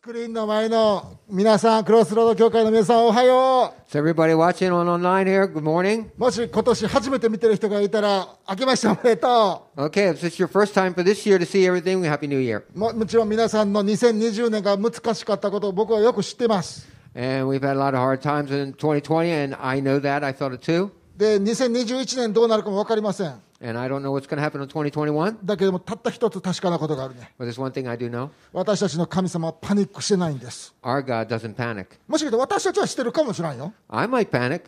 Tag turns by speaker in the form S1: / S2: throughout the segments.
S1: クリーンの前の皆さん、クロスロード協会の皆さん、おはよ
S2: So everybody watching on online here, good morning.
S1: う。もし今年初めて見てる人がいたら、明けましておめでと
S2: Okay, if it's your first time for this year to see everything, happy new year.
S1: う。ももちろん皆さんの2020年が難しかったことを僕はよく知ってます。
S2: And we've had a lot of hard times in 2020, and I know that. I felt it too.
S1: で、2021年どうなるかも分かりません。
S2: And I don't know what's going to happen in 2021,
S1: だけども、たった一つ確かなことがあるね。
S2: but there's one thing I do know
S1: 私たちの神様はパニックしてないんです。
S2: our God doesn't panic.
S1: もしかして私たちはしてるかもしれないよ。
S2: I might panic,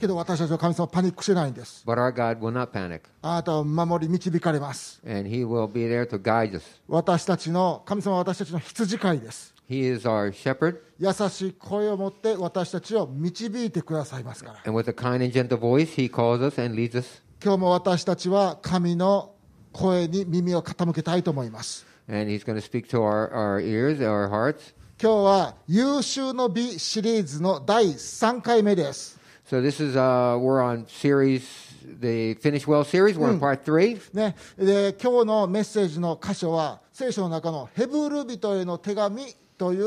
S1: けど私たちの神様はパニックしてないんです。
S2: but our God will not panic,
S1: あなたは守り導かれます。
S2: and He will be there to guide us.
S1: 私たちの、神様は私たちの羊飼いです。
S2: He is our shepherd,
S1: 優しい声を持って私たちを導いてくださいますから
S2: and with a kind and gentle voice, He calls us and leads us.
S1: 今日も私たちは神の声に耳を傾けたいと思います
S2: And He's going to speak to our, our ears, our hearts.
S1: 今日は優秀の美シリーズの第3回目です
S2: So this is uh, we're on series the Finish Well series. We're in part three,
S1: ね、で今日のメッセージの箇所は聖書の中のヘブル人への手紙という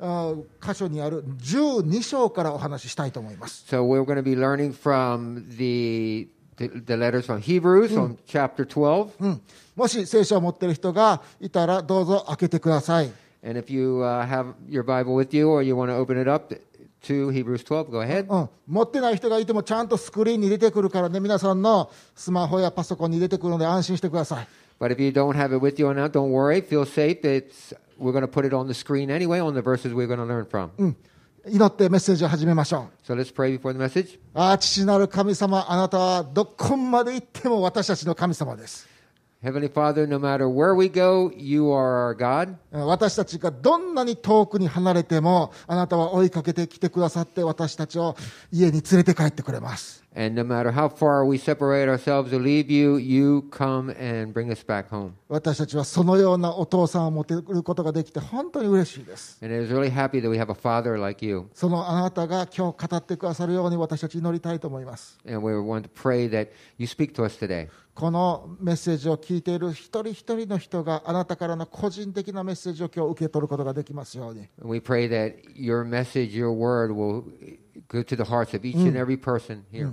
S1: あー箇所にある12章からお話ししたいと思います
S2: so we're going to be learning from the the, the letters from Hebrews from chapter twelve.
S1: うん、もし聖書を持っている人がいたらどうぞ開けてください
S2: And if you uh, have your Bible with you or you want to open it up to Hebrews twelve, go ahead.
S1: うん、持ってない人がいてもちゃんとスクリーンに出てくるからね皆さんのスマホやパソコンに出てくるので安心してください
S2: But if you don't have it with you or not, don't worry. Feel safe. It's we're going to put it on the screen anyway on the verses we're going to learn from.
S1: 祈ってメッセージを始めましょ
S2: So let's pray before the message.
S1: うああ父なる神様あなたはどこまで行っても私たちの神様です
S2: Heavenly Father, no matter where we go, you are our God.
S1: うん私たちがどんなに遠くに離れてもあなたは追いかけてきてくださって私たちを家に連れて帰ってくれます
S2: And no matter how far we separate ourselves or leave you, you come and bring us back home.
S1: 私たちはそのようなお父さんを持てることができて本当に嬉しいです
S2: And it is really happy that we have a father like you.
S1: そのあなたが今日語ってくださるように私たち祈りたいと思います
S2: And we want to pray that you speak to us today.
S1: このメッセージを聞いている一人一人の人があなたからの個人的なメッセージを今日受け取ることができますように
S2: And we pray that your message, your word will go to the hearts of each and every person here.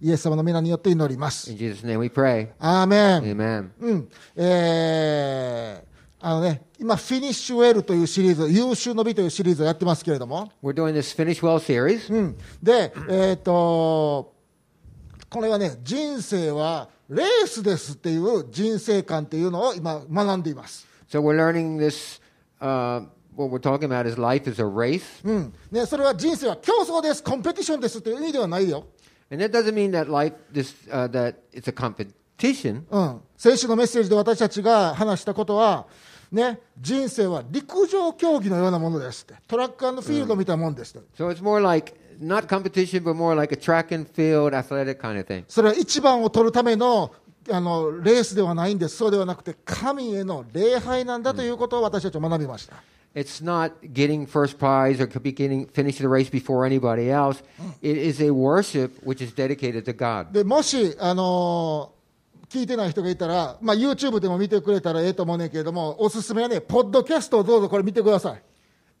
S1: イエス様の皆によって祈ります。
S2: In Jesus' name we pray.
S1: アーメン。
S2: Amen.
S1: うん。えー、あのね、今、フィニッシュウェルというシリーズ、優秀の美というシリーズをやってますけれども、
S2: We're doing this Finish Well series.
S1: うん。で、えっ、と、これはね、人生はレースですっていう人生観っていうのを今学んでいます。
S2: So we're learning this. Uh, what we're talking about is life is a race.
S1: うん。ね、それは人生は競争です、コンペティションですっていう意味ではないよ。
S2: And that doesn't mean that life, this, uh, that it's a competition.
S1: うん、先週のメッセージで私たちが話したことは、ね、人生は陸上競技のようなものですって、トラックフィールドみたいなもんですって、
S2: So it's more like not competition, but more like a track and field athletic kind of thing.
S1: それは一番を取るためのあのレースではないんです、そうではなくて、神への礼拝なんだということを私たちは学びました。
S2: It's not getting first prize or beginning finishing the race before anybody else. It is a worship which is dedicated to God.
S1: でもし、あのー聞いてない人がいたら、まあ、YouTube でも見てくれたらええと思うねんけれども、おすすめはね、ポッドキャストをどうぞこれ見てください。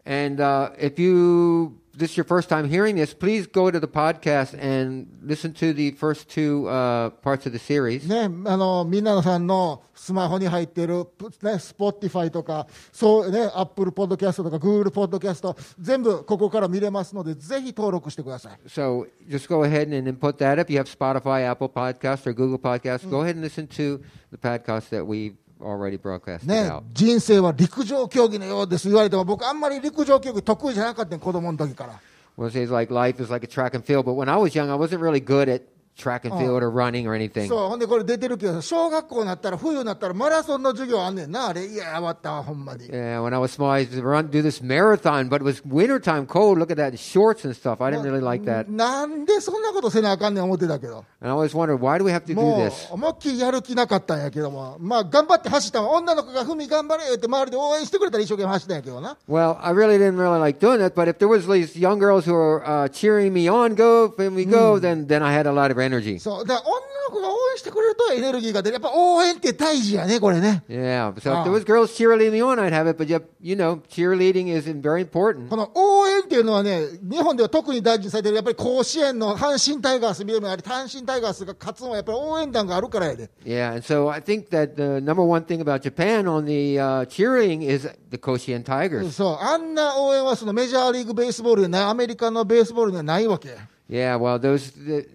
S2: And uh, if you this is your first time hearing this, please go to the podcast and listen to the first two uh, parts of the series.
S1: ね、あの、みんなさんのスマホに入っている、ぷね、Spotify とか、そうね、Apple Podcast とか Google Podcast、全部ここから見れますので、ぜひ登録してください。
S2: So just go ahead and input that. If you have Spotify, Apple Podcasts, or Google Podcasts, go ahead and listen to the podcast that we've already broadcasted
S1: ね
S2: out.、
S1: 人生は陸上競技のようです言われても、僕あんまり陸上競技得意じゃなかったん、子供の時から。
S2: Well, it's like life is like a track and field, but when I was young, I wasn't really good at track and field or running or anything.
S1: そう、ほんでこれ出てるけど、小学校になったら、冬になったらマラソンの授業あんねんな、あれ。いや、終わったわ、ほんまに。
S2: Yeah, when I was small, I used to run do this marathon, but it was wintertime, cold. Look at that, shorts and stuff. I didn't really
S1: mm,
S2: like that,
S1: なんでそんなことせなあかんねん思ってたけど。
S2: and I always wondered why do we have to do
S1: も
S2: this.
S1: う思いっきりやる気なかったんやけども、まあ、頑張って走ったの女の子が「ふみ頑張れ」って周りで応援してくれたら一生懸命走ったんやけどな
S2: Well, I really didn't really like doing that, but if there was these young girls who were uh, cheering me on, go, and we go, then then I had a lot of energy.
S1: そうだからの子が応援してくれるとエネルギーが出る。やっぱ応援って大事やね、これね。
S2: Yeah. So
S1: Ah.
S2: if there was girls cheerleading on, I'd have it. But yep, you know, cheerleading is in- very important.
S1: この応援っていうのはね、日本では特に大事にされてる、やっぱり甲子園の阪神タイガース見るのあり、阪神タイガースが勝つのはやっぱり応援団があるからやで。
S2: Yeah, and so I think that the number one thing about Japan on the uh, cheering is the Koshien Tigers.
S1: そう、あんな応援はそのメジャーリーグベースボールにない、アメリカのベースボールにはないわけ。
S2: Yeah, well, those the,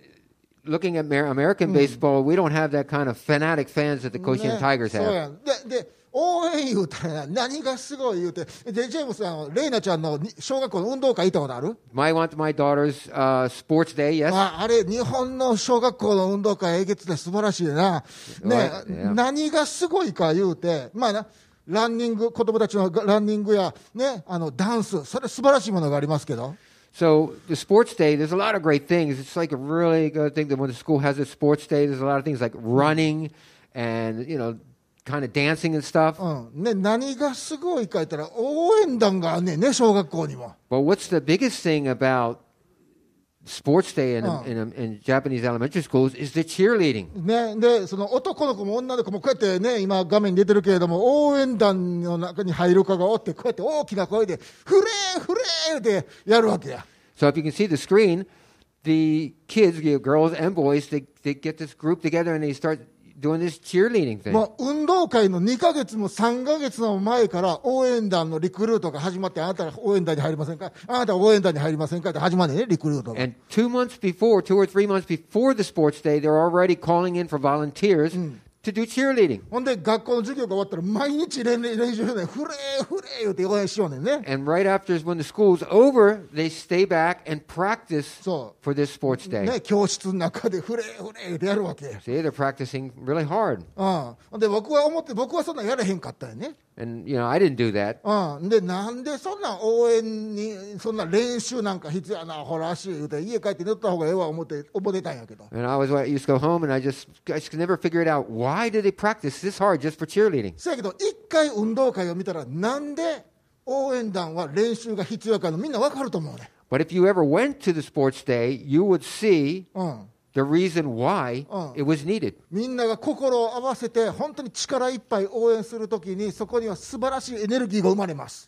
S2: looking at Mer- American baseball, we don't have that kind of fanatic fans
S1: Mm,
S2: that the Koshien
S1: ね
S2: Tigers
S1: そう
S2: have.
S1: やん。で、で、応援言うたらな何がすごい言うて、で、ジェームスさん、レイナちゃんのに小学校の運動会行ったことある
S2: My want my daughter's uh, sports day, yes.
S1: ああれ、日本の小学校の運動会、えげつで素晴らしいな。ね、
S2: Right, yeah.
S1: 何がすごいか言うて、まあな、ランニング、子供たちのランニングや、ね、あの、ダンス、それ素晴らしいものがありますけど。
S2: So the sports day, there's a lot of great things. It's like a really good thing that when the school has a sports day, there's a lot of things like running and you know, kind of dancing and stuff.
S1: うん。ね、何がすごいか言ったら、応援団があんねんね、小学校にも。
S2: But what's the biggest thing about sports day in,
S1: Oh.
S2: in, in Japanese elementary schools is the cheerleading.
S1: ね、で、その男の子も女の子もこうやってね、今画面に出てるけれども、応援団の中に入る子がおって、こうやって大きな声で、フレーフレーってやるわけや。
S2: So if you can see the screen, the kids, you know, girls and boys, they, they get this group together and they start doing this cheerleading thing.
S1: もう運動会の2ヶ月も3ヶ月の前から応援団のリクルートが始まって、あなた応援団に入りませんかあなた応援団に入りませんかって始まるね、リクルートが。
S2: and two months before, two or three months before the sports day, they're already calling in for volunteers
S1: Hmm.
S2: to do cheerleading.
S1: ほんで、学校の授業が終わったら、毎日練練習ね、フレーフレー言うて応援しようねんね。
S2: And right after is when the school's over, they stay back and practice
S1: So-
S2: for this sports day.
S1: ね、教室の中でフレーフレー言うてやるわけ。うん。
S2: See, they're practicing really hard.
S1: ほんで、僕は思って、僕はそんなんやれへんかったよね。
S2: And, you know, I didn't do that.
S1: うん。で、なんでそんな応援に、そんな練習なんか必要やな、ほら、足言うて、家帰って寝とった方がええわ思って、思ってたんやけど。
S2: And I always I used to go home and I just I just could never figure it out. Why do they practice this hard just for cheerleading?
S1: そやけど、一回運動会を見たら、なんで応援団は練習が必要かのみんなわかると思うね。
S2: But if you ever went to the sports day, you would see
S1: うん。
S2: the reason why
S1: Oh.
S2: it was needed.
S1: みんなが心を合わせて、本当に力いっぱい応援するときに、そこには素晴らしいエネルギーが生まれます。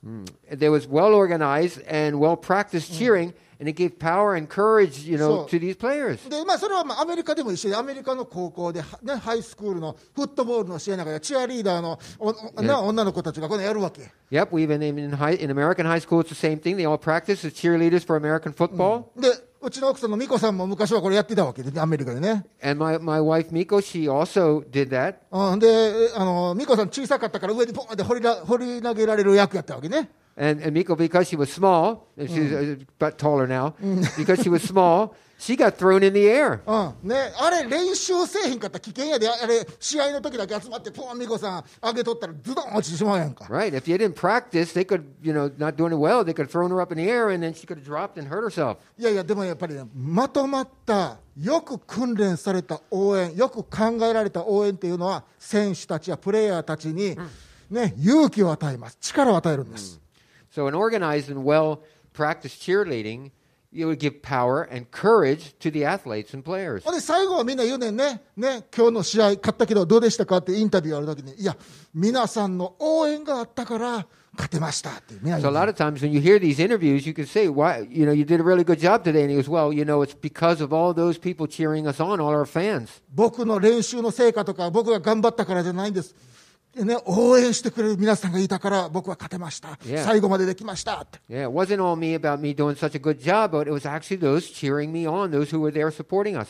S2: There was well organized and well practiced cheering, and it gave power and courage, you
S1: So-
S2: know, to these players.
S1: で、まあ、それはまあアメリカでも一緒で、アメリカの高校で、はね、ハイスクールのフットボールの試合なんかで、チアリーダーのおおな女の子たちがこれやるわけ。
S2: Yep, we even in high, in American high school, it's the same thing. They all practice as cheerleaders for American football.
S1: で、うちの奥さんの美子さんも昔はこれやってたわけで、ね、アメリカでね。
S2: And my, my wife Miko, she also did that.
S1: うん、で、あの、美子さん小さかったから上にポンって掘りら掘り投げられる役やったわけね。
S2: And, and Miko, because she was small, and she's uh, about taller now, because she was small, she got thrown in the air.
S1: うん、ね、あれ練習せえへんかったら危険やで、ああれ試合の時だけ集まって、ポン、美子さん上げとったらズドン落ちてしまうやんか。
S2: Right. If you didn't practice, they could, you know, not doing it well, they could have thrown her up in the air and then she could have dropped and hurt herself.
S1: いやいや、でもやっぱりね、まとまった、よく訓練された応援、よく考えられた応援っていうのは、選手たちやプレイヤーたちに、ね、勇気を与えます、力を与えるんです。
S2: So, an organized and well practiced cheerleading, it would give power and courage to the athletes and players.
S1: ほんで最後はみんな言うねんね、ね今日の試合、勝ったけど、どうでしたかってインタビューあるときに、いや、皆さんの応援があったから、勝てましたって、みんな
S2: So,
S1: 言
S2: a
S1: うね
S2: lot of times when you hear these interviews, you can say, why, you know, you did a really good job today. And he goes, well, you know, it's because of all those people cheering us on, all our fans.
S1: 僕の練習の成果とか、僕が頑張ったからじゃないんです。でね、応援してくれる皆さんがいたから、僕は勝てました。
S2: Yeah.
S1: 最後までできましたって。
S2: Yeah, it wasn't all me about me doing such a good job, but it was actually those cheering me on, those who were there supporting us.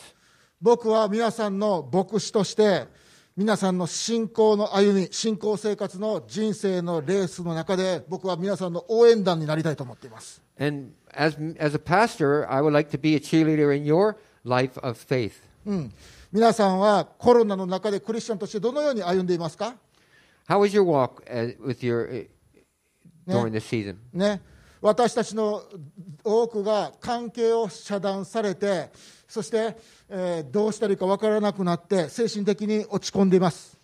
S1: 僕は皆さんの牧師として、皆さんの信仰の歩み、信仰生活の人生のレースの中で、僕は皆さんの応援団になりたいと思っています。
S2: And as, as a pastor, I would like to be a cheerleader in your life of faith.
S1: うん、皆さんはコロナの中でクリスチャンとしてどのように歩んでいますか、
S2: How is your walk uh, with your uh, during this season?
S1: ね、私たちの多くが関係を遮断されて、そして、えーどうしたらいいか分からなくなって、精神的に落ち込んでいます。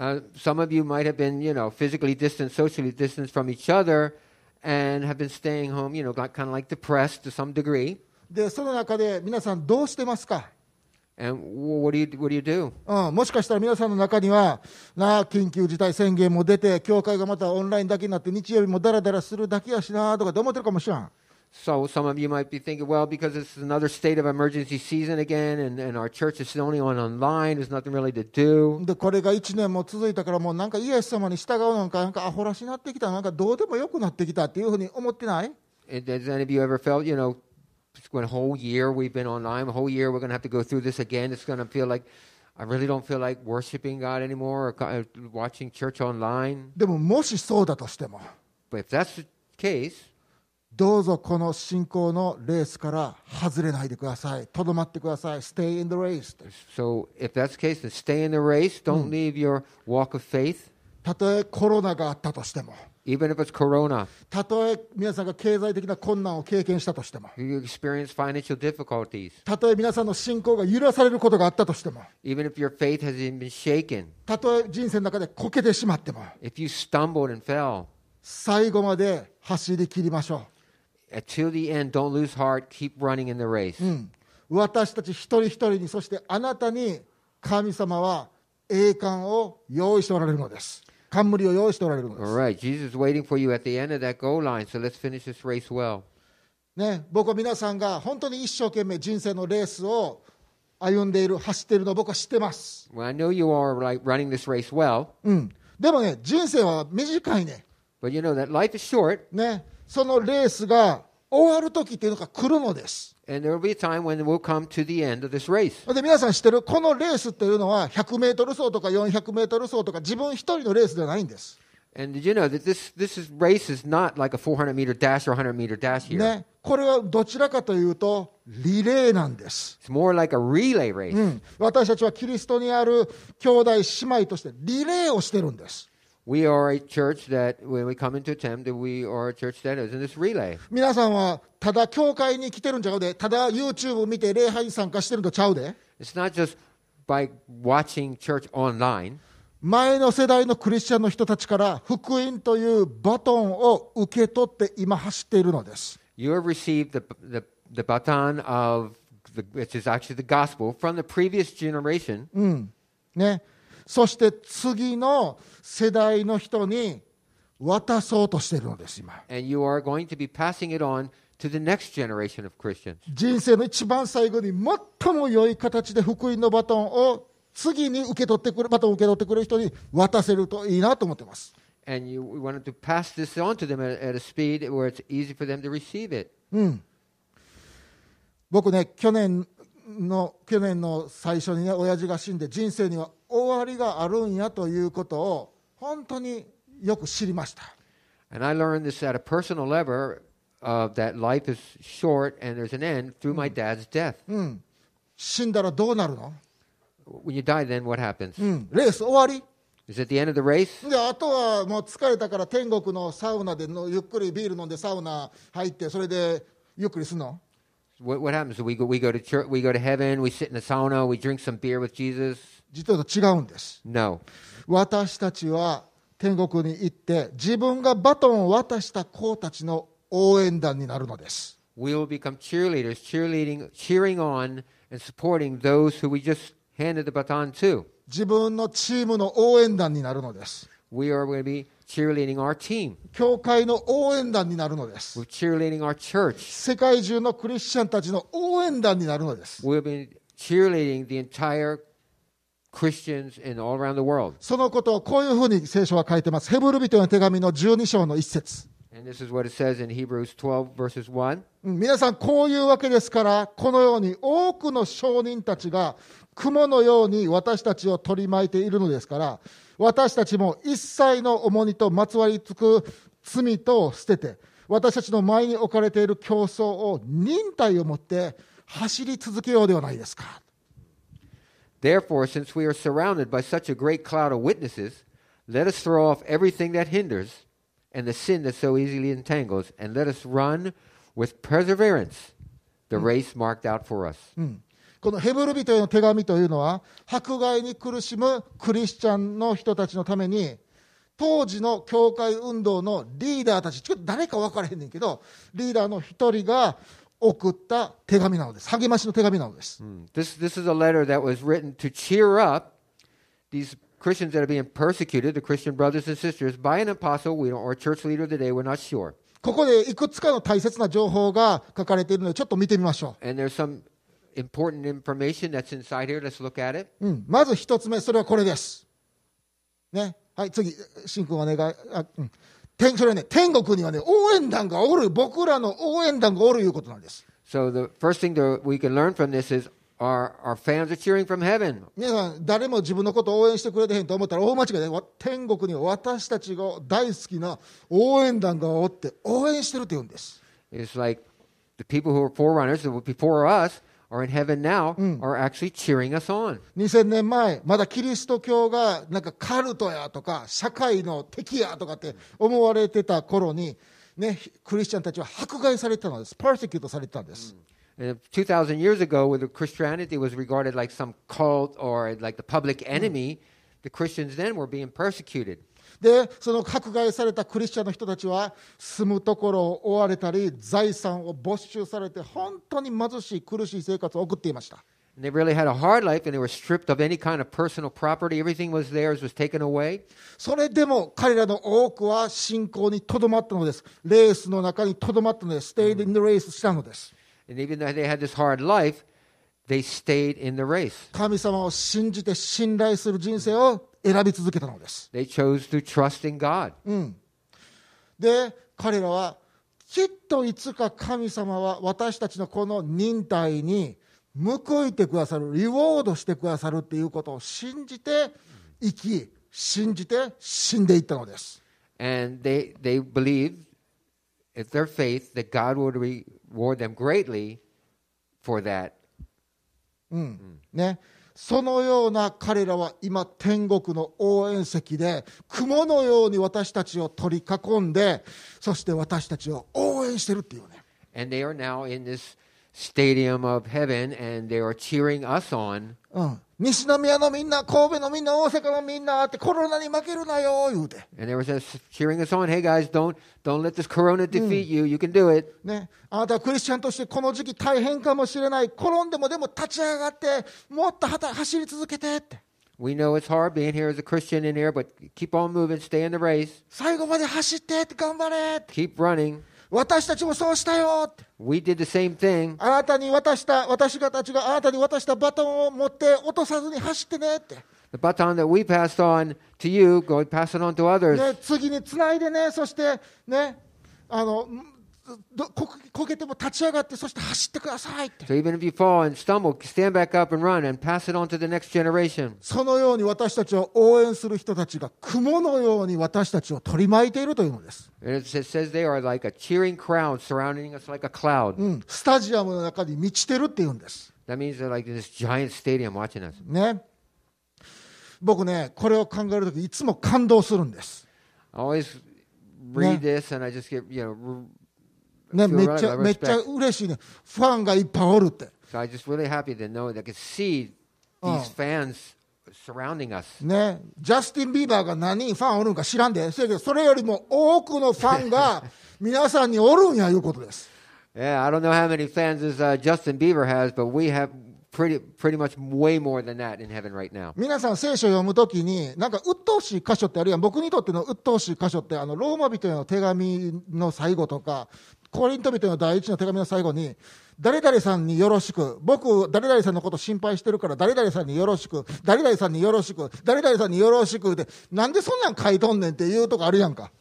S2: Uh, some of you might have been, you know, physically distant, socially distant from each other, and have been staying home, you know, like, kind of like depressed to some degree.
S1: で、その中で皆さんどうしてますか
S2: And wh- what do you what do you do?
S1: うん、もしかしたら皆さんの中にはなあ緊急事態宣言も出て教会がまたオンラインだけになって日曜日もだらだらするだけやしなとかって思ってるかもしれん
S2: So some of you might be thinking, well, because it's another state of emergency season again, and, and our church is only on online. There's nothing really to do.
S1: でこれが1年も続いたからもうなんかイエス様に従うなんかなんかアホらしなってきたなんかどうでもよくなってきたっていうふうに思ってない
S2: And Has any of you ever felt, you know, it's when a whole year we've been online, a whole year we're going to have to go through this again. It's going to feel like I really don't feel like worshiping God anymore or co- uh, watching church online.
S1: でももしそうだとしても
S2: But if that's the case,
S1: どうぞこの信仰のレースから外れないでくださいとどまってください Stay in the race って
S2: so if that's the case, then stay in the race. Don't leave your walk of faith,
S1: たとえコロナがあったとしても
S2: even if it's Corona.
S1: たとえ皆さんが経済的な困難を経験したとしても
S2: if You experience financial difficulties,
S1: たとえ皆さんの信仰が揺らされることがあったとしても
S2: even if your faith has been shaken.
S1: たとえ人生の中でこけてしまっても
S2: If you stumbled and fell,
S1: 最後まで走り切りましょ
S2: uh, till the end, don't lose heart. Keep running in the race.
S1: う、うん、私たち一人一人にそしてあなたに神様は栄冠を用意しておられるのです冠を用意しておられるので
S2: All
S1: す、
S2: right, Jesus is waiting for you at the end of that goal line. So let's finish this race well.
S1: ね、僕は皆さんが本当に一生懸命人生のレースを歩んでいる走っているのを僕は知ってます、
S2: Well, I know you are like running this race well,
S1: うん、でもね人生は短いね
S2: but you know that life is short,
S1: ねそのレースが終わる時っていうのが来るのです
S2: and there will be a time when we'll come to the end of this race.
S1: で皆さん知ってるこのレースっていうのは100メートル走とか400メートル走とか自分一人のレースじゃないんです、
S2: And did you know that this this is, race is not like a 400 meter dash or 100 meter dash here?
S1: ね、これはどちらかというとリレーなんです、
S2: It's more like a relay race.
S1: うん、私たちはキリストにある兄弟姉妹としてリレーをしてるんです
S2: We are a church that when we come into a temp, that we are a church that is in this relay.
S1: 皆さんはただ教会に来てるんちゃうでただ YouTube を見て礼拝に参加してるんとちゃうで
S2: It's not just by watching church online.
S1: 前の世代のクリスチャンの人たちから福音というバトンを受け取って今走っているのです。
S2: You have received the, the, the baton of, the, which is actually the gospel, from the previous generation.
S1: うんね、そして次の世代の人に渡そうとしているのです、今。
S2: And you are going to be passing it on to the next generation of Christians.
S1: 人生の一番最後に最も良い形で福音のバトンを次に受け取ってくる、バトンを受け取ってくれる人に渡せるといいなと思ってます。
S2: And you we wanted to pass this on to them at, at a speed where it's easy for them to receive it.
S1: うん、僕ね去年の去年の最初にね親父が死んで人生には終わりがあるんやということを本当によく知りました、
S2: And I learned this at a personal level of that life is short and there's an end through my dad's death.
S1: うん、死んだらどうなるの、
S2: When you die, then what happens?
S1: うん、レース終わり
S2: Is it the end of the race?
S1: であとはもう疲れたから天国のサウナでのゆっくりビール飲んでサウナ入ってそれでゆっくりすんの
S2: What, what happens? We go, we go to church, we go to heaven, we sit in the sauna, we drink some beer with Jesus.
S1: 実は違うんです
S2: No,
S1: 私たちは天国に行って自分がバトンを渡した子たちの応援団になるのです
S2: we will become cheerleaders, cheerleading, cheering on and supporting those who we just handed the baton to.
S1: 自分のチームの応援団になるのです。
S2: We are going to be cheerleading our team.
S1: 教会の応援団になるのです
S2: We're。cheerleading our church.
S1: 世界中のクリスチャンたちの応援団になるのです。
S2: We'll be cheerleading the entire Christians in all around the world.
S1: そのことをこういうふうに聖書は書いてます。ヘブル人への手紙の12章の一節。
S2: And this is what it says in Hebrews 12, verses 1.
S1: うん皆さん、こういうわけですから、このように多くの商人たちが雲のように私たちを取り巻いているのですから、私たちも一切の重荷とまつわりつく罪とを捨てて、私たちの前に置かれている競争を忍耐を持って走り続けようではないですか。
S2: Therefore, since we are surrounded by such a great cloud of witnesses, let us throw off everything that hinders and the sin that so easily entangles, and let us run with perseverance the race marked out for us.
S1: うんこのヘブル人への手紙というのは、迫害に苦しむクリスチャンの人たちのために、当時の教会運動のリーダーたち、ちょっと誰か分からへんねんけど、リーダーの一人が送った手紙なのです励ましの手紙なのです、
S2: Mm. This, this is a letter that was written to cheer up these Christians that are being persecuted, the Christian brothers and sisters, by an apostle we don't, or church leader today, we're not sure.
S1: ここでいくつかの大切な情報が書かれているのでちょっと見てみましょ
S2: And there's some important information that's inside here. Let's look at it.
S1: う、うん、まず一つ目それはこれですねはい次しんくんお願いあ、うん、天それはね天国にはね応援団がおる僕らの応援団がおるいうことなんです
S2: So the first thing that we can learn from this is our, our fans are cheering from heaven.
S1: 皆さん誰も自分のことを応援してくれてへんと思ったら大間違いでわ天国には私たちが大好きな応援団がおって応援してるって言うんです
S2: It's like the people who are forerunners, that were before us, are in heaven now, are actually cheering us on.
S1: 2000年前まだキリスト教がなんかカルトやとか社会の敵やとかって思われてた頃にねクリスチャンたちは迫害されてたのですパーセキュートされてたんです、
S2: And 2,000 years ago, where the Christianity was regarded like some cult or like the public enemy, the Christians then were being persecuted.
S1: でその迫害されたクリスチャンの人たちは住むところを追われたり財産を没収されて本当に貧しい苦しい生活を送っていました
S2: And they really had a hard life and they were stripped of any kind of personal property. Everything was theirs, was taken away.
S1: それでも彼らの多くは信仰にとどまったのです。レースの中にとどまったのです。ステイディングレースしたのです。
S2: And even though they had this hard life, they stayed in the race.
S1: 神様を信じて信頼する人生を選び続けたのです。
S2: They chose to trust in God.
S1: で、彼らはきっといつか神様は私たちのこの忍耐に報いてくださる、リウォードしてくださるっていうことを信じて生き、信じて死んでいったのです。
S2: And they, they believed, it's their faith, that God would reward them greatly for that.
S1: うんね、そのような彼らは今、天国の応援席で、雲のように私たちを取り囲んで、そして私たちを応援してるっていうね、
S2: And they are now in this stadium of heaven and they are cheering us on.
S1: うん、西宮のみんな、神戸のみんな、大阪のみんなって、コロナに負けるなよ、言うて、
S2: And they were just cheering us on. Hey guys, don't don't let this corona defeat you. You can do it.
S1: ね、あなたはクリスチャンとしてこの時期大変かもしれない、転んでもでも立ち上がって、もっとはた走り続けてって、
S2: We know it's hard being here as a Christian in here, but keep on moving, stay in the race,
S1: 最後まで走ってって、頑張れって、
S2: keep running.
S1: 私たちもそうしたよって。
S2: We did the same thing.
S1: あなたに渡した、私たちがあなたに渡したバトンを持って落とさずに走ってねって。
S2: The baton that we passed on to you, go and pass it on to others.
S1: ね、次につないでね、そしてね、あの、どここけても立ち上がって、そして走ってくださいって。
S2: So even if you fall and stumble, stand back up and run and pass it on to the next generation.
S1: そのように私たちを応援する人たちが雲のように私たちを取り巻いているというのです。
S2: And it says- says they are like a cheering crowd surrounding us like a cloud.
S1: うん、スタジアムの中に満ちてるっていうんです。
S2: That means they're like in this giant stadium watching us.
S1: ね。僕ね、これを考えるとき、いつも感動するんです。
S2: I always read this and I just get, you know, r-
S1: ね、
S2: Feel
S1: め
S2: right,
S1: っち
S2: I
S1: ゃ、
S2: respect.
S1: めっちゃ嬉しいね。ファンがいっぱいおるって。
S2: so I just really happy to know that I could see these
S1: Oh.
S2: fans surrounding us.
S1: ね、ジャスティン・ビーバーが何人ファンおるんか知らんで、そやけどそれよりも多くのファンが皆さんにおるんやいうことです。
S2: Yeah, I don't know how many fans this, uh, Justin Bieber has, but we have pretty, pretty much way more than that in heaven right now.
S1: 皆さん聖書を読むときに、なんか鬱陶しい箇所ってあるやん。僕にとっての鬱陶しい箇所って、あの、ローマ人への手紙の最後とか、コリント人への第一の手紙の最後に、誰々さんによろしく、僕、誰々さんのこと心配してるから、誰々さんによろしく、誰々さんによろしく、誰々さんによろしくって、なんでそんなん書いとんねんっていうとこあるやんか。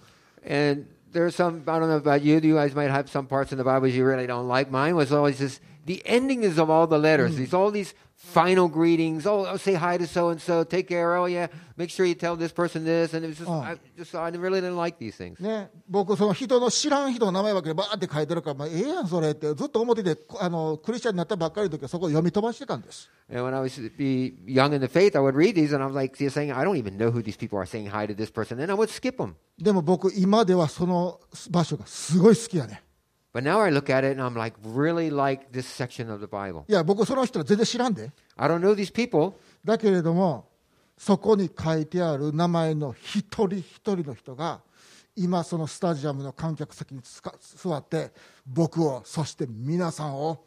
S2: And there's some, I don't know about you, you guys might have some parts in the Bible you really don't like. Mine was always this, the endings of all the letters, these, all these final greetings. Oh, oh, say hi to so and so, take care, oh yeah, make sure you tell this person this. And it was just, I just, I really didn't like these things.
S1: ね、僕、その人の知らん人の名前ばっかりバーって書いてるから、まあ、ええやん、それって、ずっと表でこあのクリスチャンになったばっかりの時は、そこを読み飛ばしてたんです。
S2: And when I was be young in the faith, I would read these and I was like, see, saying, I don't even know who these people are saying hi to this person. Then I would skip them.
S1: でも僕、今ではその場所がすごい好きやね。
S2: But now I look at it and I'm like, really like this section of the Bible.
S1: いや、僕、その人は全然知らんで。
S2: I don't know these people,
S1: だけれども、そこに書いてある名前の一人一人の人が、今そのスタジアムの観客席につか座って僕をそして皆さんを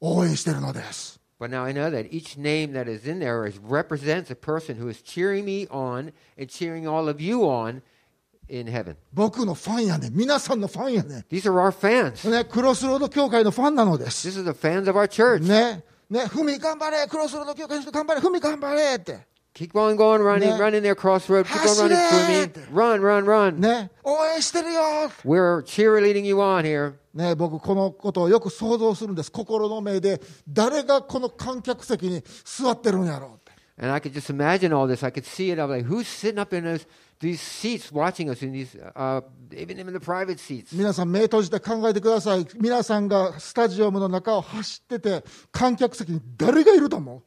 S1: 応援しているのです
S2: But now I know that each name that is in there is, represents a person who is cheering me on and cheering all of you on in heaven.
S1: 僕のファンやねん皆さんのファンやね
S2: These are our fans.
S1: んねクロスロード教会のファンなのです
S2: This is the fans of our church.
S1: ねねふみ頑張れクロスロード教会の人頑張れふみ頑張れって
S2: Keep on going, running,
S1: Ne-
S2: running there, crossroad. Keep on running
S1: Hashiret!
S2: for me. Run, run, run.
S1: ね応援してるよ
S2: We're cheerleading you on here.
S1: ね、僕、このことをよく想像するんです、心の目で、誰がこの観客席に座ってるんやろうって、
S2: And I could just imagine all this. I could see it. I'm like, who's sitting up in those, these seats watching us in these, uh, even in the private seats?
S1: 皆さん、目閉じて考えてください、皆さんがスタジアムの中を走ってて、観客席に誰がいると思う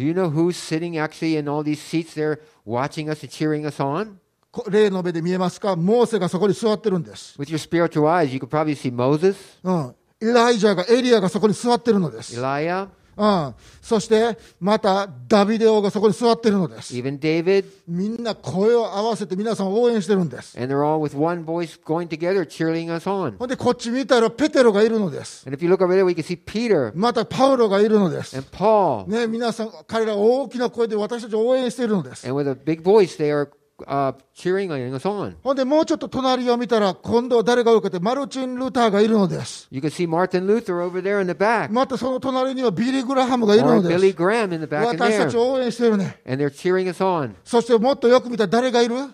S2: Do you know who's sitting actually in all these seats there watching us and cheering us on?
S1: こ例の目で見えますか、モーセがそこに座ってるんです、
S2: With your spiritual eyes, you could probably see Moses,
S1: うん、エライジャーが、エリアがそこに座ってるのです、
S2: Elijah,
S1: うん、そしてまたダビデオがそこに座ってるのです、
S2: even David,
S1: みんな声を合わせて皆さんを応援してるんです、
S2: and they're all with one voice going together, cheering us on.
S1: ほんでこっち見たらペテロがいるのです。
S2: And if you look over there, we can see Peter
S1: またパウロがいるのです。
S2: and Paul,
S1: ね、皆さん、彼らを大きな声で私たちを応援しているのです。
S2: and with a big voice, they are uh, cheering us on.
S1: ほんで、もうちょっと隣を見たら、今度は誰が受けて、マルチン・ルターがいるのです。
S2: You can see Martin Luther over there in the back,
S1: またその隣にはビリー・グラハムがいるの
S2: or
S1: で
S2: Billy
S1: す。
S2: Graham in the back in
S1: 私た
S2: there,
S1: ちを応援しているね。
S2: and they're cheering us on.
S1: そしてもっとよく見たら誰がいる
S2: And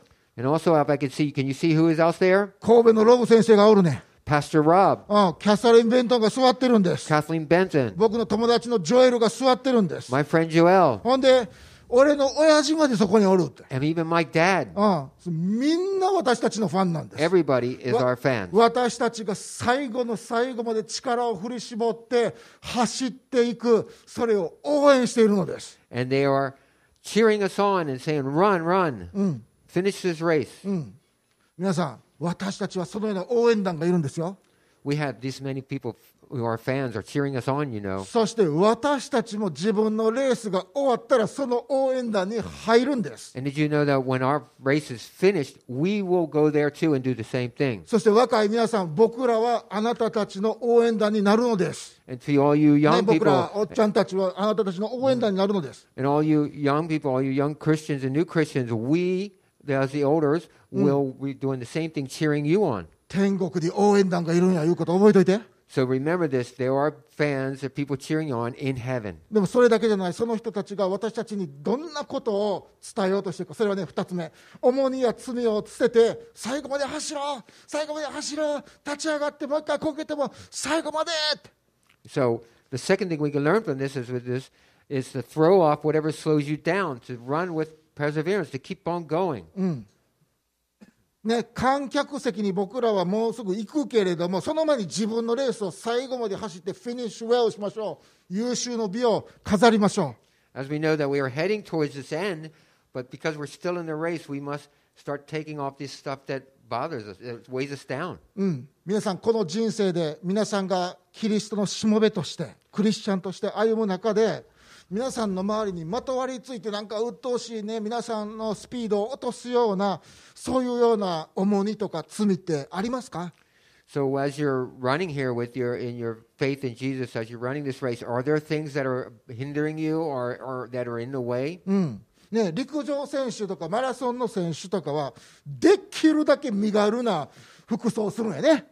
S2: also, if I can see, can you see who is else there?
S1: 神戸のロブ先生がおるね。
S2: Pastor Rob,
S1: うん、キャサリン・ベントンが座ってるんです。
S2: Kathleen Benton,
S1: 僕の友達のジョエルが座ってるんです。
S2: my friend Joel,
S1: ほんで、俺の親父までそこにおるって。
S2: and even my
S1: Oh,
S2: dad.
S1: うん、みんな私たちのファンなんです。
S2: Everybody is
S1: わ
S2: our fan.
S1: 私たちが最後の最後まで力を振り絞って走っていくそれを応援しているのです、
S2: and they are cheering us on and saying, "Run, run, finish this race."
S1: うん、皆さん私たちはそのような応援団がいるんですよ
S2: We have this many people who are fans are cheering us on. You know,
S1: そして私たちも自分のレースが終わったらその応援団に入るんです、
S2: and did you know that when our race is finished, we will go there too and do the same thing.
S1: そして若い皆さん僕らはあなたたちの応援団になるのです、
S2: And to all you
S1: ね
S2: young
S1: 僕ら
S2: people
S1: おっちゃんたちはあなたたちの応援団になるのです、
S2: and all you young people, all you young Christians and new Christians, we as the elders will be doing the same thing, cheering you on.
S1: 天国に応援団がいるんやいうこと覚えといて
S2: So remember this: there are fans, there are people cheering you on in heaven.
S1: でもそれだけじゃない、その人たちが私たちにどんなことを伝えようとしているか、それはね、2つ目、重荷や罪を捨てて、最後まで走ろう、最後まで走ろう、立ち上がって、もう一回こけても、最後までって、
S2: So the second thing we can learn from this is with this is to throw off whatever slows you down, to run with perseverance, to keep on going.
S1: ね、観客席に僕らはもうすぐ行くけれども、その前に自分のレースを最後まで走って、フィニッシュウェアをしましょう、優秀の美を飾りましょ
S2: As we know that we are heading towards this end, but because we're still in the race, we must start taking off this stuff that bothers us, that weighs us down.
S1: う。うん、皆さん、この人生で、皆さんがキリストのしもべとして、クリスチャンとして歩む中で、皆さんの周りにまとわりついて、なんか鬱陶しいね、皆さんのスピードを落とすような、そういうような重荷とか罪ってありますか
S2: So as you're running here with your in your faith in Jesus, as you're running this race, are there things that are hindering you or, or that are in the way?
S1: うんね、陸上選手とかマラソンの選手とかは、できるだけ身軽な服装をするんやね。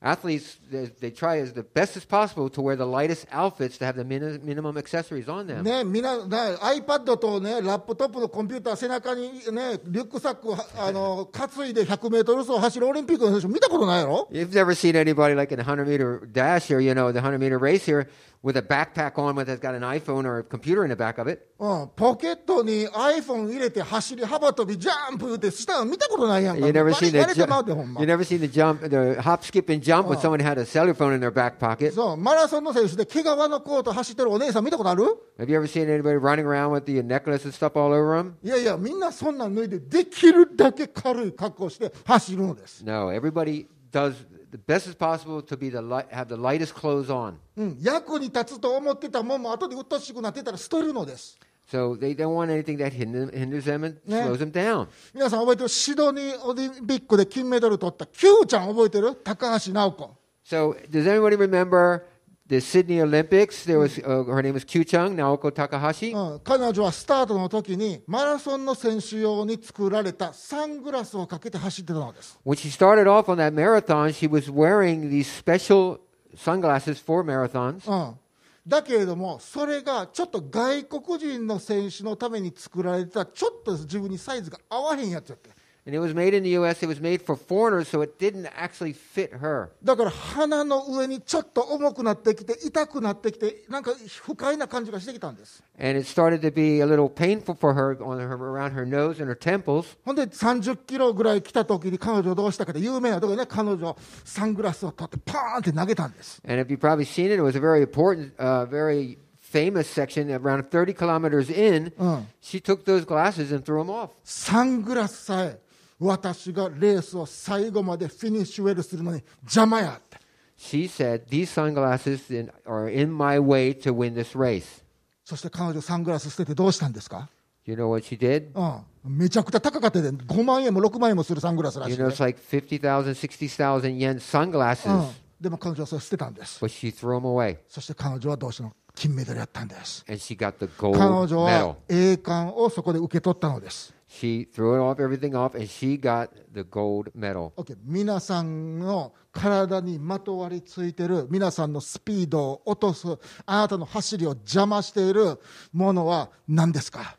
S2: Athletes, they, they try as the best as possible to wear the lightest outfits to have the min- minimum accessories on them.
S1: ね、みなな iPad と、ね、ラップトップのコンピューター、背中に、ね、リュックサックをはあ の担いで100メートル走を走るオリンピックの選手、見たことないやろ、
S2: You've never seen anybody like in a 100 meter dash here, you know, the 100 meter race here with a backpack on with that's got an iPhone or a computer in the back of it.
S1: うん、ポケットに iPhone 入れて走り幅跳び、ジャンプってしたの見たことないやんか、
S2: You never seen
S1: バ
S2: the
S1: レてまうで、ほん
S2: jump.
S1: ま
S2: You。never seen the jump, the hop, skip, and jump when someone had a cellular phone in their back pocket.
S1: そうマラソンの選手で毛皮のコート走ってるお姉さん見たことある
S2: Have you ever seen anybody running around with the necklace and stuff all over them?
S1: いやいや、みんなそんなん脱いで、できるだけ軽い格好して走るのです。
S2: No, everybody does the best as possible to be the light, have the lightest clothes on.
S1: うん、役に立つと思ってたもんも後で鬱陶しくなってたら捨てるのです。
S2: So they don't want anything that hinder- hinders them and
S1: Yeah.
S2: slows them down.
S1: 皆さん覚えてるシドニーオリンピックで金メダル取った Q ちゃん覚えてる高橋尚子
S2: So does anybody remember the Sydney Olympics? There was uh, her name was Kyu Chung Naoko Takahashi.
S1: うん、彼女はスタートの時にマラソンの選手用に作られたサングラスをかけて走ってたのです、
S2: When she started off on that marathon, she was wearing these special sunglasses for marathons.
S1: うん、だけれどもそれがちょっと外国人の選手のために作られてたちょっと自分にサイズが合わへんやつやって
S2: And it was made in the U.S. It was made for foreigners, so it didn't actually fit her.
S1: だから鼻の上にちょっと重くなってきて痛くなってきてなんか不快な感じがしてきたんです
S2: And it started to be a little painful for her on her around her nose and her temples.
S1: ほんで30キロぐらい来た時に彼女どうしたかって有名なところでね彼女サングラスを取ってパーンって投げたんです
S2: And if you've probably seen it, it was a very important, uh, very famous section around 30 kilometers in.
S1: Mm.
S2: She took those glasses and threw them off.
S1: サングラスさえ私がレースを最後までフィニッシュウェルするのに邪魔やって
S2: She said, These sunglasses in, are in my way to win this race.
S1: そして彼女サングラス捨ててどうしたんですか
S2: You know what she did?
S1: Oh, うん、めちゃくちゃ高かったで5万円も6万円もするサングラスらし
S2: You
S1: いで、
S2: know, it's like 50,000, 60,000 yen sunglasses.
S1: うん、でも彼女はそれ捨てたんです、
S2: But she threw them away
S1: そして彼女はどうしても金メダルやったんです、
S2: and she got the gold
S1: 彼女は
S2: medal.
S1: 栄冠をそこで受け取ったのです、
S2: She threw it off, everything off, and she got the gold medal.
S1: OK、皆さんの体にまとわりついてる、皆さんのスピードを落とす、あなたの走りを邪魔しているものは何ですか、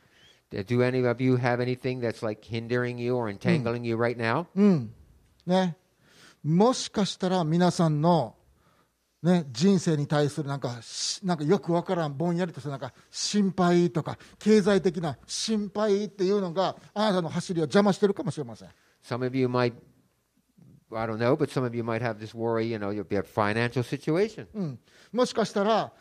S2: Do any of you have anything that's like hindering you or entangling you right now?
S1: うんね、もしかしたら皆さんの、ね、人生に対するなんかしなんかよくわからんぼんやりとしたなんか心配とか経済的な心配っていうのがあなたの走りを邪魔してるかもしれません。
S2: Some of you might, I don't know, but some of you might have this worry, you know, you'll be a financial situation.
S1: うん、もしかしたら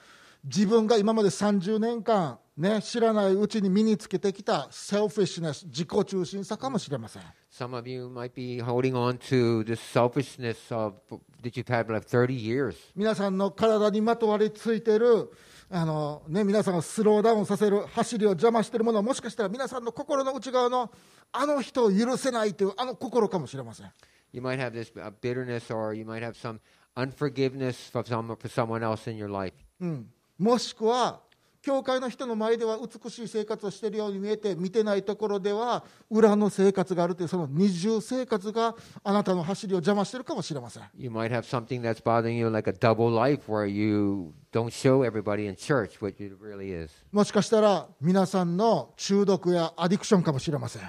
S1: 自分が今まで30年間、ね、知らないうちに身につけてきたセルフィッシュネス自己中心さかもしれません。
S2: Some of you might be holding on to this selfishness of that you've had like 30 years.
S1: 皆さんの体にまとわりついているあの、ね、皆さんをスローダウンさせる走りを邪魔しているものはもしかしたら皆さんの心の内側のあの人を許せないというあの心かもしれません
S2: You might have this uh, bitterness, or you might have some unforgiveness for, some, for someone else in your life.
S1: うん、もしくは教会の人の前では美しい生活をしているように見えて見てないところでは裏の生活があるというその二重生活があなたの走りを邪魔しているかもしれません
S2: You might have something that's bothering you, like a double life, where you don't show everybody in church what it really is.
S1: もしかしたら皆さんの中毒やアディクションかもしれません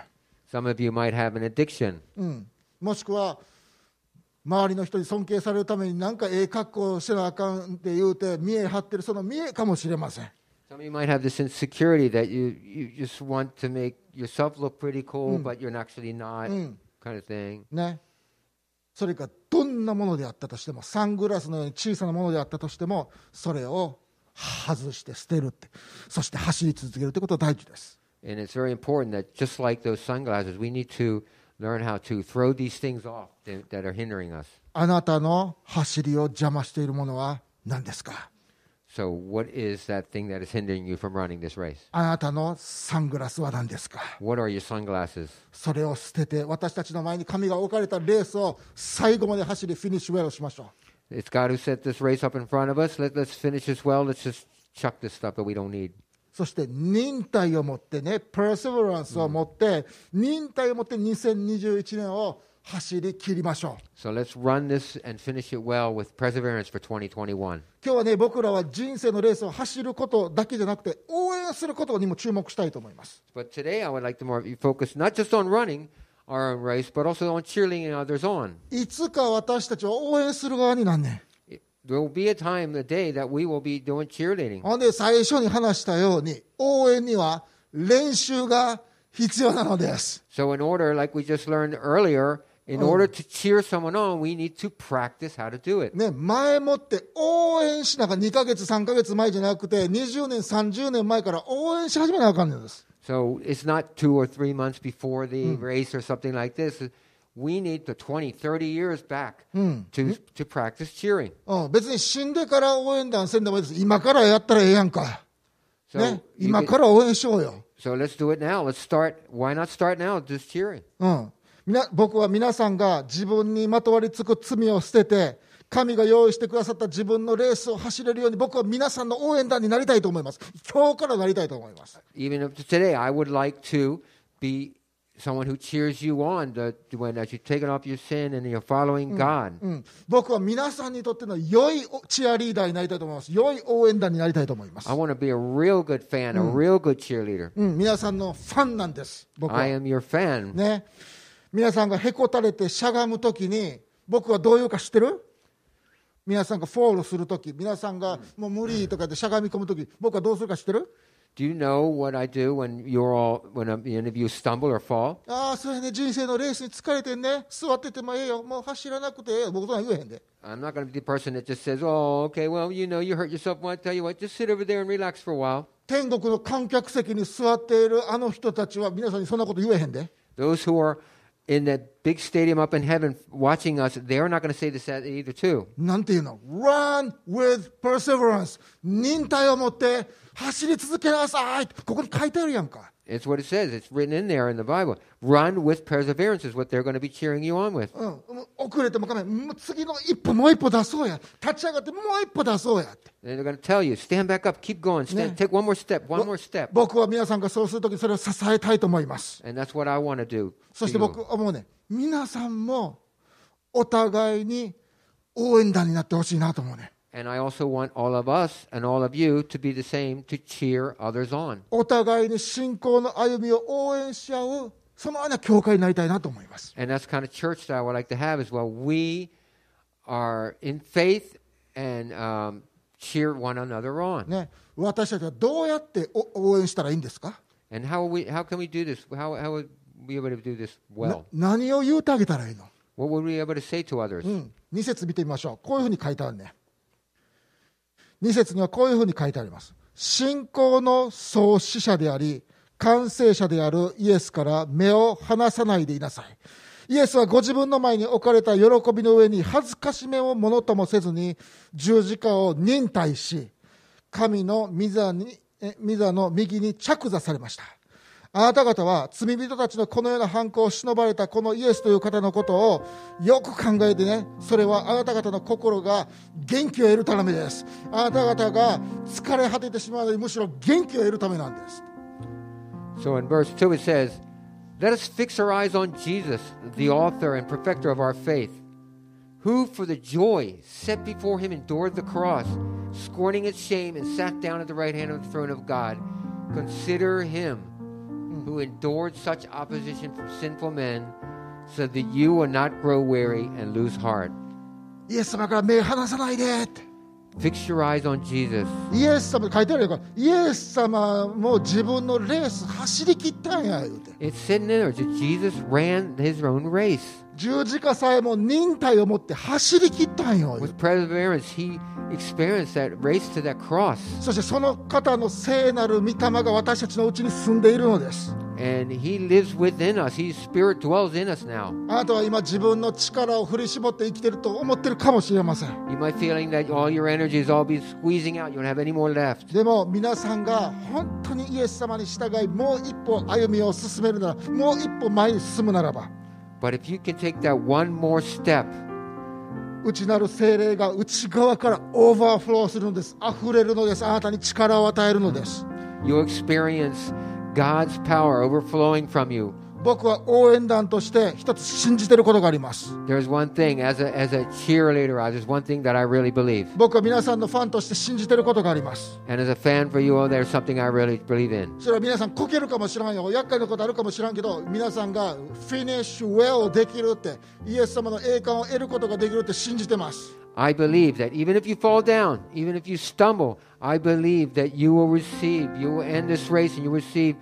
S2: Some of you might have an addiction.
S1: うん、もしくは周りの人に尊敬されるために何かええ格好をしてなあかんって言うて見栄張ってるその見栄かもしれません
S2: Some of you might have this insecurity that you, you just want to make yourself look pretty cool, but you're actually not,
S1: Mm.
S2: kind of thing.
S1: ねそれがどんなものであったとしてもサングラスのように小さなものであったとしてもそれを外して捨てるってそして走り続けるってことは大事です、
S2: And it's very important that just like those sunglasses, we need to learn how to throw these things off that, that are hindering us.
S1: あなたの走りを邪魔しているものは何ですか
S2: So, what is that thing that is hindering you from running this race?
S1: あなたのサングラスは何ですか
S2: What are your sunglasses?
S1: それを捨てて私たちの前に神が置かれたレースを最後まで走りフィニッシュウェアをしましょ
S2: It's God who set this race up in front of us. Let, let's finish this well. Let's just chuck this stuff that we don't need.
S1: うそして忍耐を持ってねパーセ e ランスを持って、忍耐を持って2021年を走り切りましょう
S2: So, let's run this and finish it well with perseverance for 2021.
S1: 今日はね僕らは人生のレースを走ることだけじゃなくて応援することにも注目したいと思います
S2: But today, I would like to more focus not just on running our own race, but also on cheerleading others on.
S1: いつか私たちは応援する側になんねん
S2: It- there will be a time, a day, that we will be doing cheerleading.
S1: ほんで最初に話したように応援には練習が必要なのです
S2: So, in order, like we just learned earlier, in order to cheer someone on, we need to practice how to do it.
S1: ね、前もって応援しながら2ヶ月、3ヶ月前じゃなくて、20年、30年前から応援し始めなあかんのです。
S2: So, it's not two or three months before the race or something like this. We need the 20, 30 years back to, to practice cheering.
S1: うん、別に死んでから応援団せんでもいいです。今からやったらええやんか。
S2: So,
S1: ね、
S2: you
S1: 今
S2: get-
S1: から応援しようよ、
S2: so let's do it now. Let's start. Why not start now? Just cheering.
S1: うん、みな僕は皆さんが自分にまとわりつく罪を捨てて神が用意してくださった自分のレースを走れるように僕は皆さんの応援団になりたいと思います今日からなりたいと思います
S2: Even up to today, I would like to be someone who cheers you on the, when as you've taken off your sin and you're following God.
S1: うん、僕は皆さんにとっての良いチアリーダーになりたいと思います。良い応援団になりたいと思います。
S2: I want to be a real good fan, a real good cheerleader.
S1: うん、皆さんのファンなんです。僕
S2: I
S1: は
S2: am your fan.
S1: ね。皆さんがへこたれてしゃがむときに、僕はどういうか知ってる皆さんがフォールするとき、皆さんがもう無理とかでしゃがみ込むとき、僕はどうするか知ってる
S2: Do you know what I do when you're all when um, any of you stumble or fall?
S1: ああ、それね、人生のレースに疲れてんね、座っててもええよ、もう走らなくてええよ、僕とは言えへんで。
S2: I'm not going to be the person that just says, "Oh, okay, well, you know, you hurt yourself. Well, I tell you what, just sit over there and relax for a while."
S1: 天国の観客席に座っているあの人たちは皆さんにそんなこと言えへんで。
S2: Those who are in that big stadium up in heaven watching us, they're not going to say this at- either too.
S1: なんていうの ?Run with perseverance 忍耐を持って走り続けなさいここに書いてあるやんか。
S2: It's what it says. It's written in there in the Bible. Run with perseverance is what they're going to be cheering you on with.
S1: うん、もう遅れてもかめんもう次の一歩もう一歩出そうや立ち上がってもう一歩出そうやって、
S2: And they're going to tell you, stand back up, keep going, stand,
S1: Yeah.
S2: take one more step, one more step.
S1: 僕は皆さんがそうするときそれを支えたいと思います
S2: And that's what I want to do.
S1: そし
S2: to
S1: て
S2: you.
S1: 僕思うね皆さんもお互いに応援団になってほしいなと思うね
S2: And I also want all of us and all of you to be the same to cheer others on.
S1: お互いに信仰の歩みを応援し合うそのような教会になりたいなと思います
S2: And that's the kind of church that I would like to have as well. We are in faith and um, cheer one another on.
S1: ね、私たちはどうやってお応援したらいいんですか、
S2: And how we how can we do this? How how would we be able to do this
S1: な
S2: well?
S1: 何を言うてあげたらいいの、
S2: What would we be able to say to others?
S1: うん、2節見てみましょうこういうふうに書いてあるね2節にはこういうふうに書いてあります信仰の創始者であり完成者であるイエスから目を離さないでいなさいイエスはご自分の前に置かれた喜びの上に恥ずかしめをものともせずに十字架を忍耐し神の御座にえ御座の右に着座されましたあなた方は罪人たちのこのような犯行を忍ばれたこのイエスという方のことをよく考えてねそれはあなた方の心が元気を得るためですあなた方が疲れ果ててしまうのにむしろ元気を得るためなんです
S2: So in verse 2 it says, Let us fix our eyes on Jesus, the author and perfecter of our faith, who for the joy set before him endured the cross, scorning its shame, and sat down at the right hand of the throne of God. Consider him who endured such opposition from sinful men, so that you will not grow weary and lose heart.
S1: イエス様から目離さないでって
S2: Fix your eyes on Jesus.
S1: イエス様書いてあるよこれイエス様も自分のレース走り切ったんや言うて
S2: It's sitting there that Jesus ran his own race.
S1: 十字架さえも忍耐を持って走り切ったんよ言うて
S2: With perseverance, he experienced that race to that cross,
S1: そしてその方の聖なる御霊が私たちのうちに住んでいるのです。
S2: and he lives within us. His spirit dwells in us now.
S1: あなたは今自分の力を振り絞って生きていると思っているかもしれません。
S2: You might feeling that all your energy is all be squeezing out. You don't have any more left.
S1: でも皆さんが本当にイエス様に従いもう一歩歩みを進めるならもう一歩前に進むならば
S2: But if you can take that one more step,
S1: 内なる精霊が内側からオーバーフローするのです溢れるのですあなたに力を与えるのです
S2: you'll experience God's power overflowing from you.
S1: 僕は応援団として一つ信じていることがあります
S2: There's one thing as a as a cheerleader, I, there's one thing that I really believe,
S1: 僕は皆さんのファンとして信じていることがあります
S2: and as a fan for you all, there's something I really believe in.
S1: それは皆さんこけるかもしれんよ厄介なことあるかもしれんけど皆さんがフィニッシュウェルできるってイエス様の栄冠を得ることができるって信じてます
S2: I believe that even if you fall down, even if you stumble, I believe that you will receive, you will end this race and you receive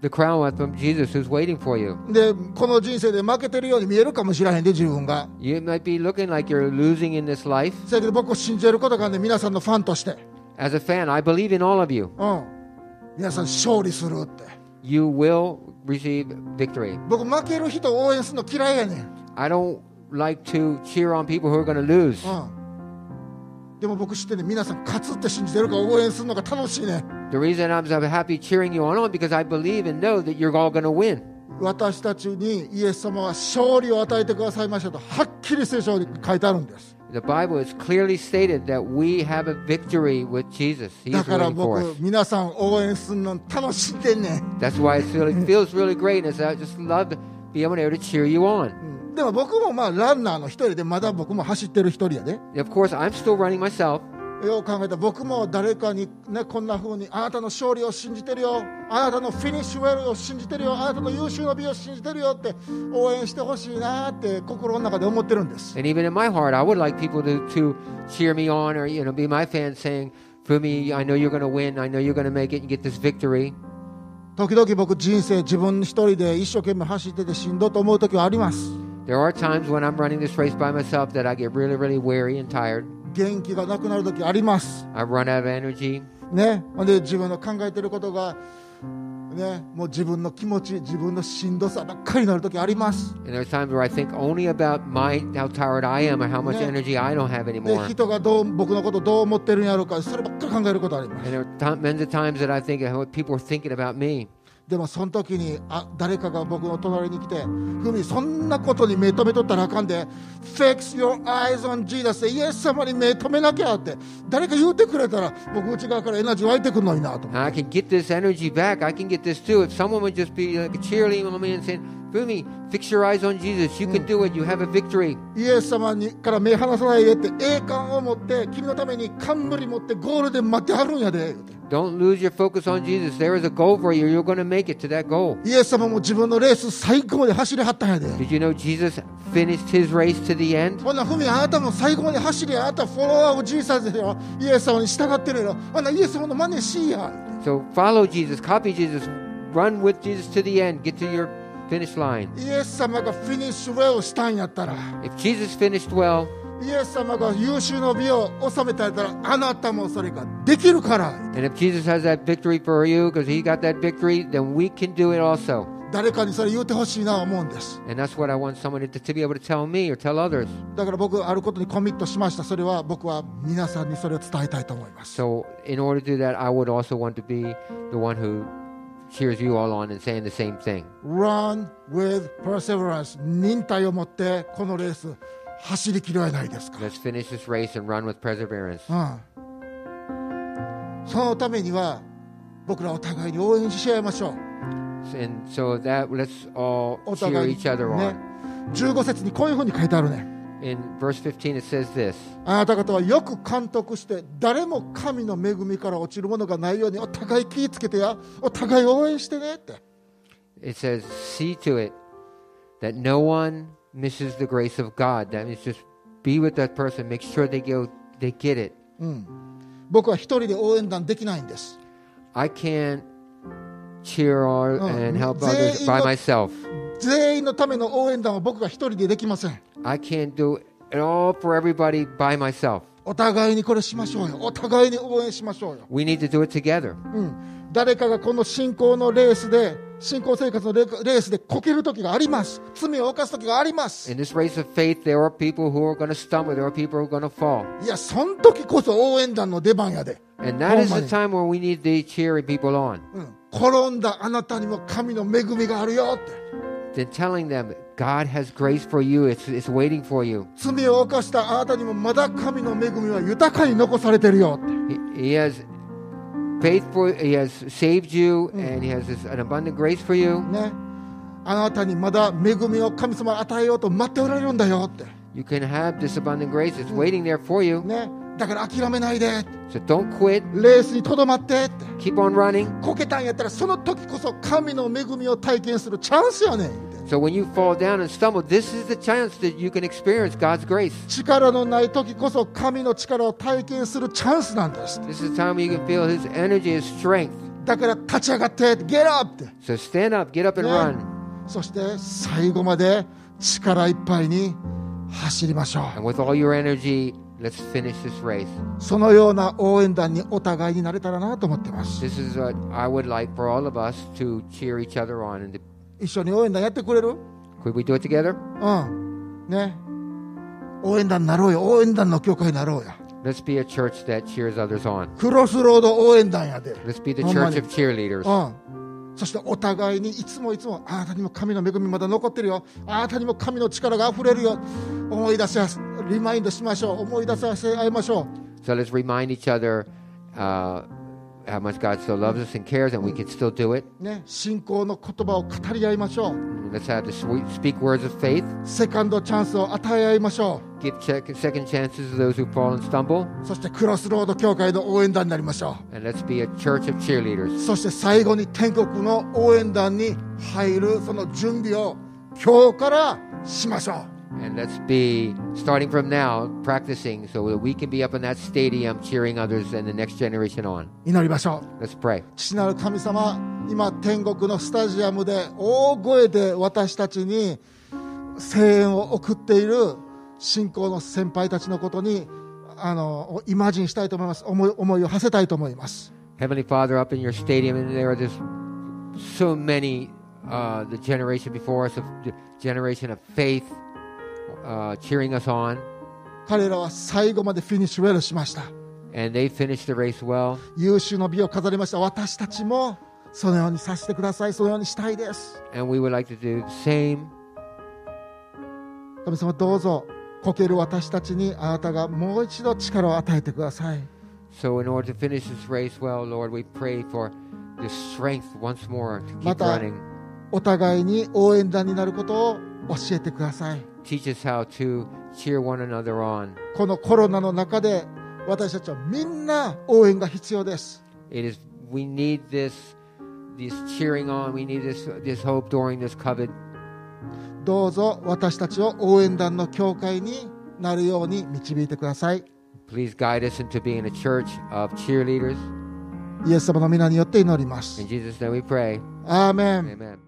S2: the crown from Jesus who's waiting for you.
S1: でこの人生で負けてるように見えるかもしれへんで自分が
S2: You might be looking like you're losing in this life.
S1: そやけど僕を信じてることがあるんで皆さんのファンとして、
S2: As a fan, I believe in all of you.
S1: うん、皆さん勝利するって
S2: You will receive victory.
S1: 僕負ける人を応援するの嫌いやねん、
S2: I don't like to cheer on people who are going to lose.
S1: うん、でも僕知ってね皆さん勝つって信じてるから応援するのが楽しいねん
S2: The reason I'm so happy cheering you on on because I believe and know that you're all going to win.
S1: 私たちにイエス様は勝利を与えてくださいましたとはっきり聖書に書いてあるんです
S2: The Bible is clearly stated that we have a victory with Jesus. He's
S1: だから
S2: winning for
S1: 僕
S2: us.
S1: 皆さん応援するの楽しんでんねん
S2: That's why it really feels really great, and so I just love to be able to cheer you on.
S1: うんでも僕もまあランナーの一人でまだ僕も走ってる一人やで
S2: Of course, I'm still running myself.
S1: よう考えたら僕も誰かに、ね、こんな風にあなたの勝利を信じてるよあなたのフィニッシュウェルを信じてるよあなたの優秀な美を信じてるよって応援してほしいなって心の中で思ってるんです
S2: And even in my heart, I would like people to, to cheer me on or you know be my fans, saying, "Fumi, I know you're going to win. I know you're going to make it and get this victory."
S1: 時々僕人生自分一人で一生懸命走っててしんどいと思う時はあります
S2: There are times when I'm running this race by myself that I get really, really weary and tired.
S1: 元気がなくなる時あります
S2: I run out of energy.
S1: ねほんで自分の考えてることがねもう自分の気持ち自分のしんどさばっかりになる時あります
S2: And there are times where I think only about my how tired I am or how much
S1: Yeah.
S2: energy I don't have
S1: で
S2: anymore. And
S1: 人がどう僕のことどう思ってるんやろうかそればっかり考えることあります
S2: there are ti- tons of times that I think of what people are thinking about me.
S1: でもその時にあ誰かが僕の隣に来て「ふみそんなことに目留めとったらあかんで「Fix your eyes on Jesus」イエス様に目留めなきゃって誰か言うてくれたら僕内側からエナジー湧いてくるのになと
S2: And I can get this energy back. I can get this too. If someone would just be like cheerleading on me and saying, Fumi, fix your eyes on Jesus. You can do it. You have a victory.
S1: イエス様にから目離さないでって栄冠を持って君のために冠持ってゴールで待ってはるんやで言うて
S2: Don't lose your focus on Jesus. There is a goal for you. You're going to make it to that goal.
S1: イエス様も自分のレース最後まで走りはったんやで
S2: Did you know Jesus finished his race to the end?
S1: ほなふみあなたも最後まで走りやあなたフォロワーをジーサスよイエス様に従ってるよほなイエス様の真似しいや
S2: So follow Jesus, copy Jesus, run with Jesus to the end, get to your finish line.
S1: イエス様がフィニッシュウェイをしたんやったら
S2: If Jesus finished well,
S1: イエス様が優秀の美を収めたんやったらあなたもそれができるから
S2: and if Jesus has that victory for you because he got that victory, then we can do it also.
S1: 誰かにそれ言うてほしいな思うんです
S2: And that's what I want someone to, to be able to tell me or tell others.
S1: だから僕あることにコミットしましたそれは僕は皆さんにそれを伝えたいと思います
S2: So in order to do that, I would also want to be the one who cheers you all on and saying the same thing.
S1: Run with perseverance 忍耐を持ってこのレース走りきりはないですか
S2: Let's finish this race and run with perseverance.
S1: うん、そのためには僕らお互いに応援し合いましょう
S2: And so that let's all
S1: お
S2: cheer
S1: 互いに、
S2: each other
S1: ね
S2: on.、
S1: 15節にこういうふうに書いてあるね
S2: In verse 15, it says this.
S1: あなた方はよく監督して誰も神の恵みから落ちるものがないようにお互い気ぃつけてやお互い応援してねって、
S2: It says, see to it that no one misses the grace of God. That means just be with that person, make sure they go they get it.
S1: うん、僕は一人で応援団できないんです
S2: I can't cheer or
S1: Oh,
S2: and help
S1: they
S2: others by
S1: look-
S2: myself.
S1: 全員のための応援団は僕が一人でできません
S2: I can't do it all for everybody by myself.
S1: お互いにこれしましょうよお互いに応援しましょうよ、
S2: We need to do it together.
S1: うん、誰かがこの信仰のレースで信仰生活のレレースでこける時があります罪を犯す時があります、
S2: In this race of faith, there are people who are going to stumble. There are people who are going to fall.
S1: いやそん時こそ応援団の出番やで
S2: And that is
S1: Oh,
S2: the
S1: my.
S2: time where we need to cheering people on.
S1: うん転んだあなたにも神の恵みがあるよって
S2: Then telling them, God has grace for you. It's, it's waiting for you.
S1: 罪を犯したあなたにもまだ神の恵みは豊かに残されてるよって
S2: He, he has faithful. He has saved you, and he has this, an abundant grace for you.
S1: ねあなたにまだ恵みを神様は与えようと待っておられるんだよって
S2: You can have this abundant grace. It's waiting there for you.
S1: ねだから諦めないで
S2: So don't quit.
S1: レースにとどまってって
S2: Keep on running.
S1: こけたんやったらその時こそ神の恵みを体験するチャンスやねんって
S2: So when you fall down and stumble, this is the chance that you can experience God's grace.
S1: 力のない時こそ神の力を体験するチャンスなんですって
S2: This is the time where you can feel His energy, His strength.
S1: だから立ち上がってゲラって、ね
S2: So stand up, get up, and run.
S1: そして最後まで力いっぱいに走りましょう
S2: And with all your energy, let's finish this race.
S1: そのような応援団にお互いになれたらなと思ってます。
S2: This is what I would like for all of us to cheer each other on. And to,
S1: 一緒に応援団やってくれる
S2: could we do it together?
S1: うん。ね。応援団になろうよ。応援団の教会になろうや。
S2: Let's be a church that cheers others on.
S1: クロスロード応援団やで、
S2: Let's be the
S1: Oh,
S2: church
S1: money.
S2: of cheerleaders.
S1: うん、そしてお互いにいつもいつもあなたにも神の恵みまだ残ってるよあなたにも神の力があふれるよ思い出しやすリマインドしましょう思い出させ合いましょ
S2: So let's remind each other uh, how much God still loves us and cares, and we can still do it.
S1: う、ね、信仰の言葉を語り合いましょう
S2: And let's have to swe- speak words of faith,
S1: セカンドチャンスを与え合いましょ
S2: give check- second chances to those who fall and stumble,
S1: うそしてクロスロード教会の応援団になりましょ
S2: and let's be a church of cheerleaders.
S1: うそして最後に天国の応援団に入るその準備を今日からしましょう
S2: And let's be, starting from now, practicing so that we can be up in that stadium cheering others and the next generation on.
S1: 祈りましょう
S2: Let's pray.
S1: 父なる神様、今、天国のスタジアムで大声で私たちに声援を送っている信仰の先輩たちのことにあのイマジンしたいと思います思い、思いを馳せたいと思います。
S2: Heavenly Father, up in your stadium, and there are just so many, uh, the generation before us, of the generation of faith, uh, cheering us on,
S1: 彼らは最後までフィニッシュウェルしました。
S2: and they finished the race well.
S1: 優秀の美を飾りました。私たちもそのようにさせてください。そのようにしたいです。
S2: And we would like to do the same.
S1: 神様、どうぞ、こける私たちにあなたがもう一度力を与えてください。
S2: So, in order to finish this race well, Lord, we pray for the strength once more to keep
S1: Mata.
S2: running.
S1: お互いに応援団になることを教えてください。
S2: Teach us how to cheer one another on.
S1: このコロナの中で私たちはみんな応援が必要です。
S2: It is we need this, this cheering on. We need this this hope during this COVID.
S1: どうぞ私たちを応援団の教会になるように導いてください。
S2: Please guide us into being a church of cheerleaders.
S1: イエス様の皆によって祈ります
S2: In。Jesus' name we pray.
S1: アーメン。
S2: Amen.